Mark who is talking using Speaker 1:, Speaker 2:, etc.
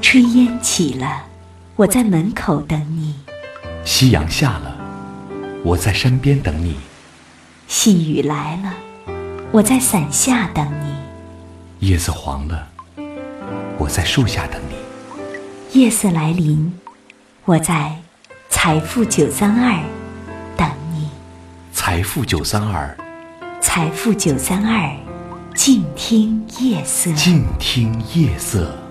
Speaker 1: 炊烟起了，我在门口等你；
Speaker 2: 夕阳下了，我在山边等你；
Speaker 1: 细雨来了，我在伞下等你；
Speaker 2: 叶子黄了，我在树下等你。
Speaker 1: 夜色来临，我在财富九三二等你。
Speaker 2: 财富九三二，
Speaker 1: 财富九三二，静听夜色。
Speaker 2: 静听夜色。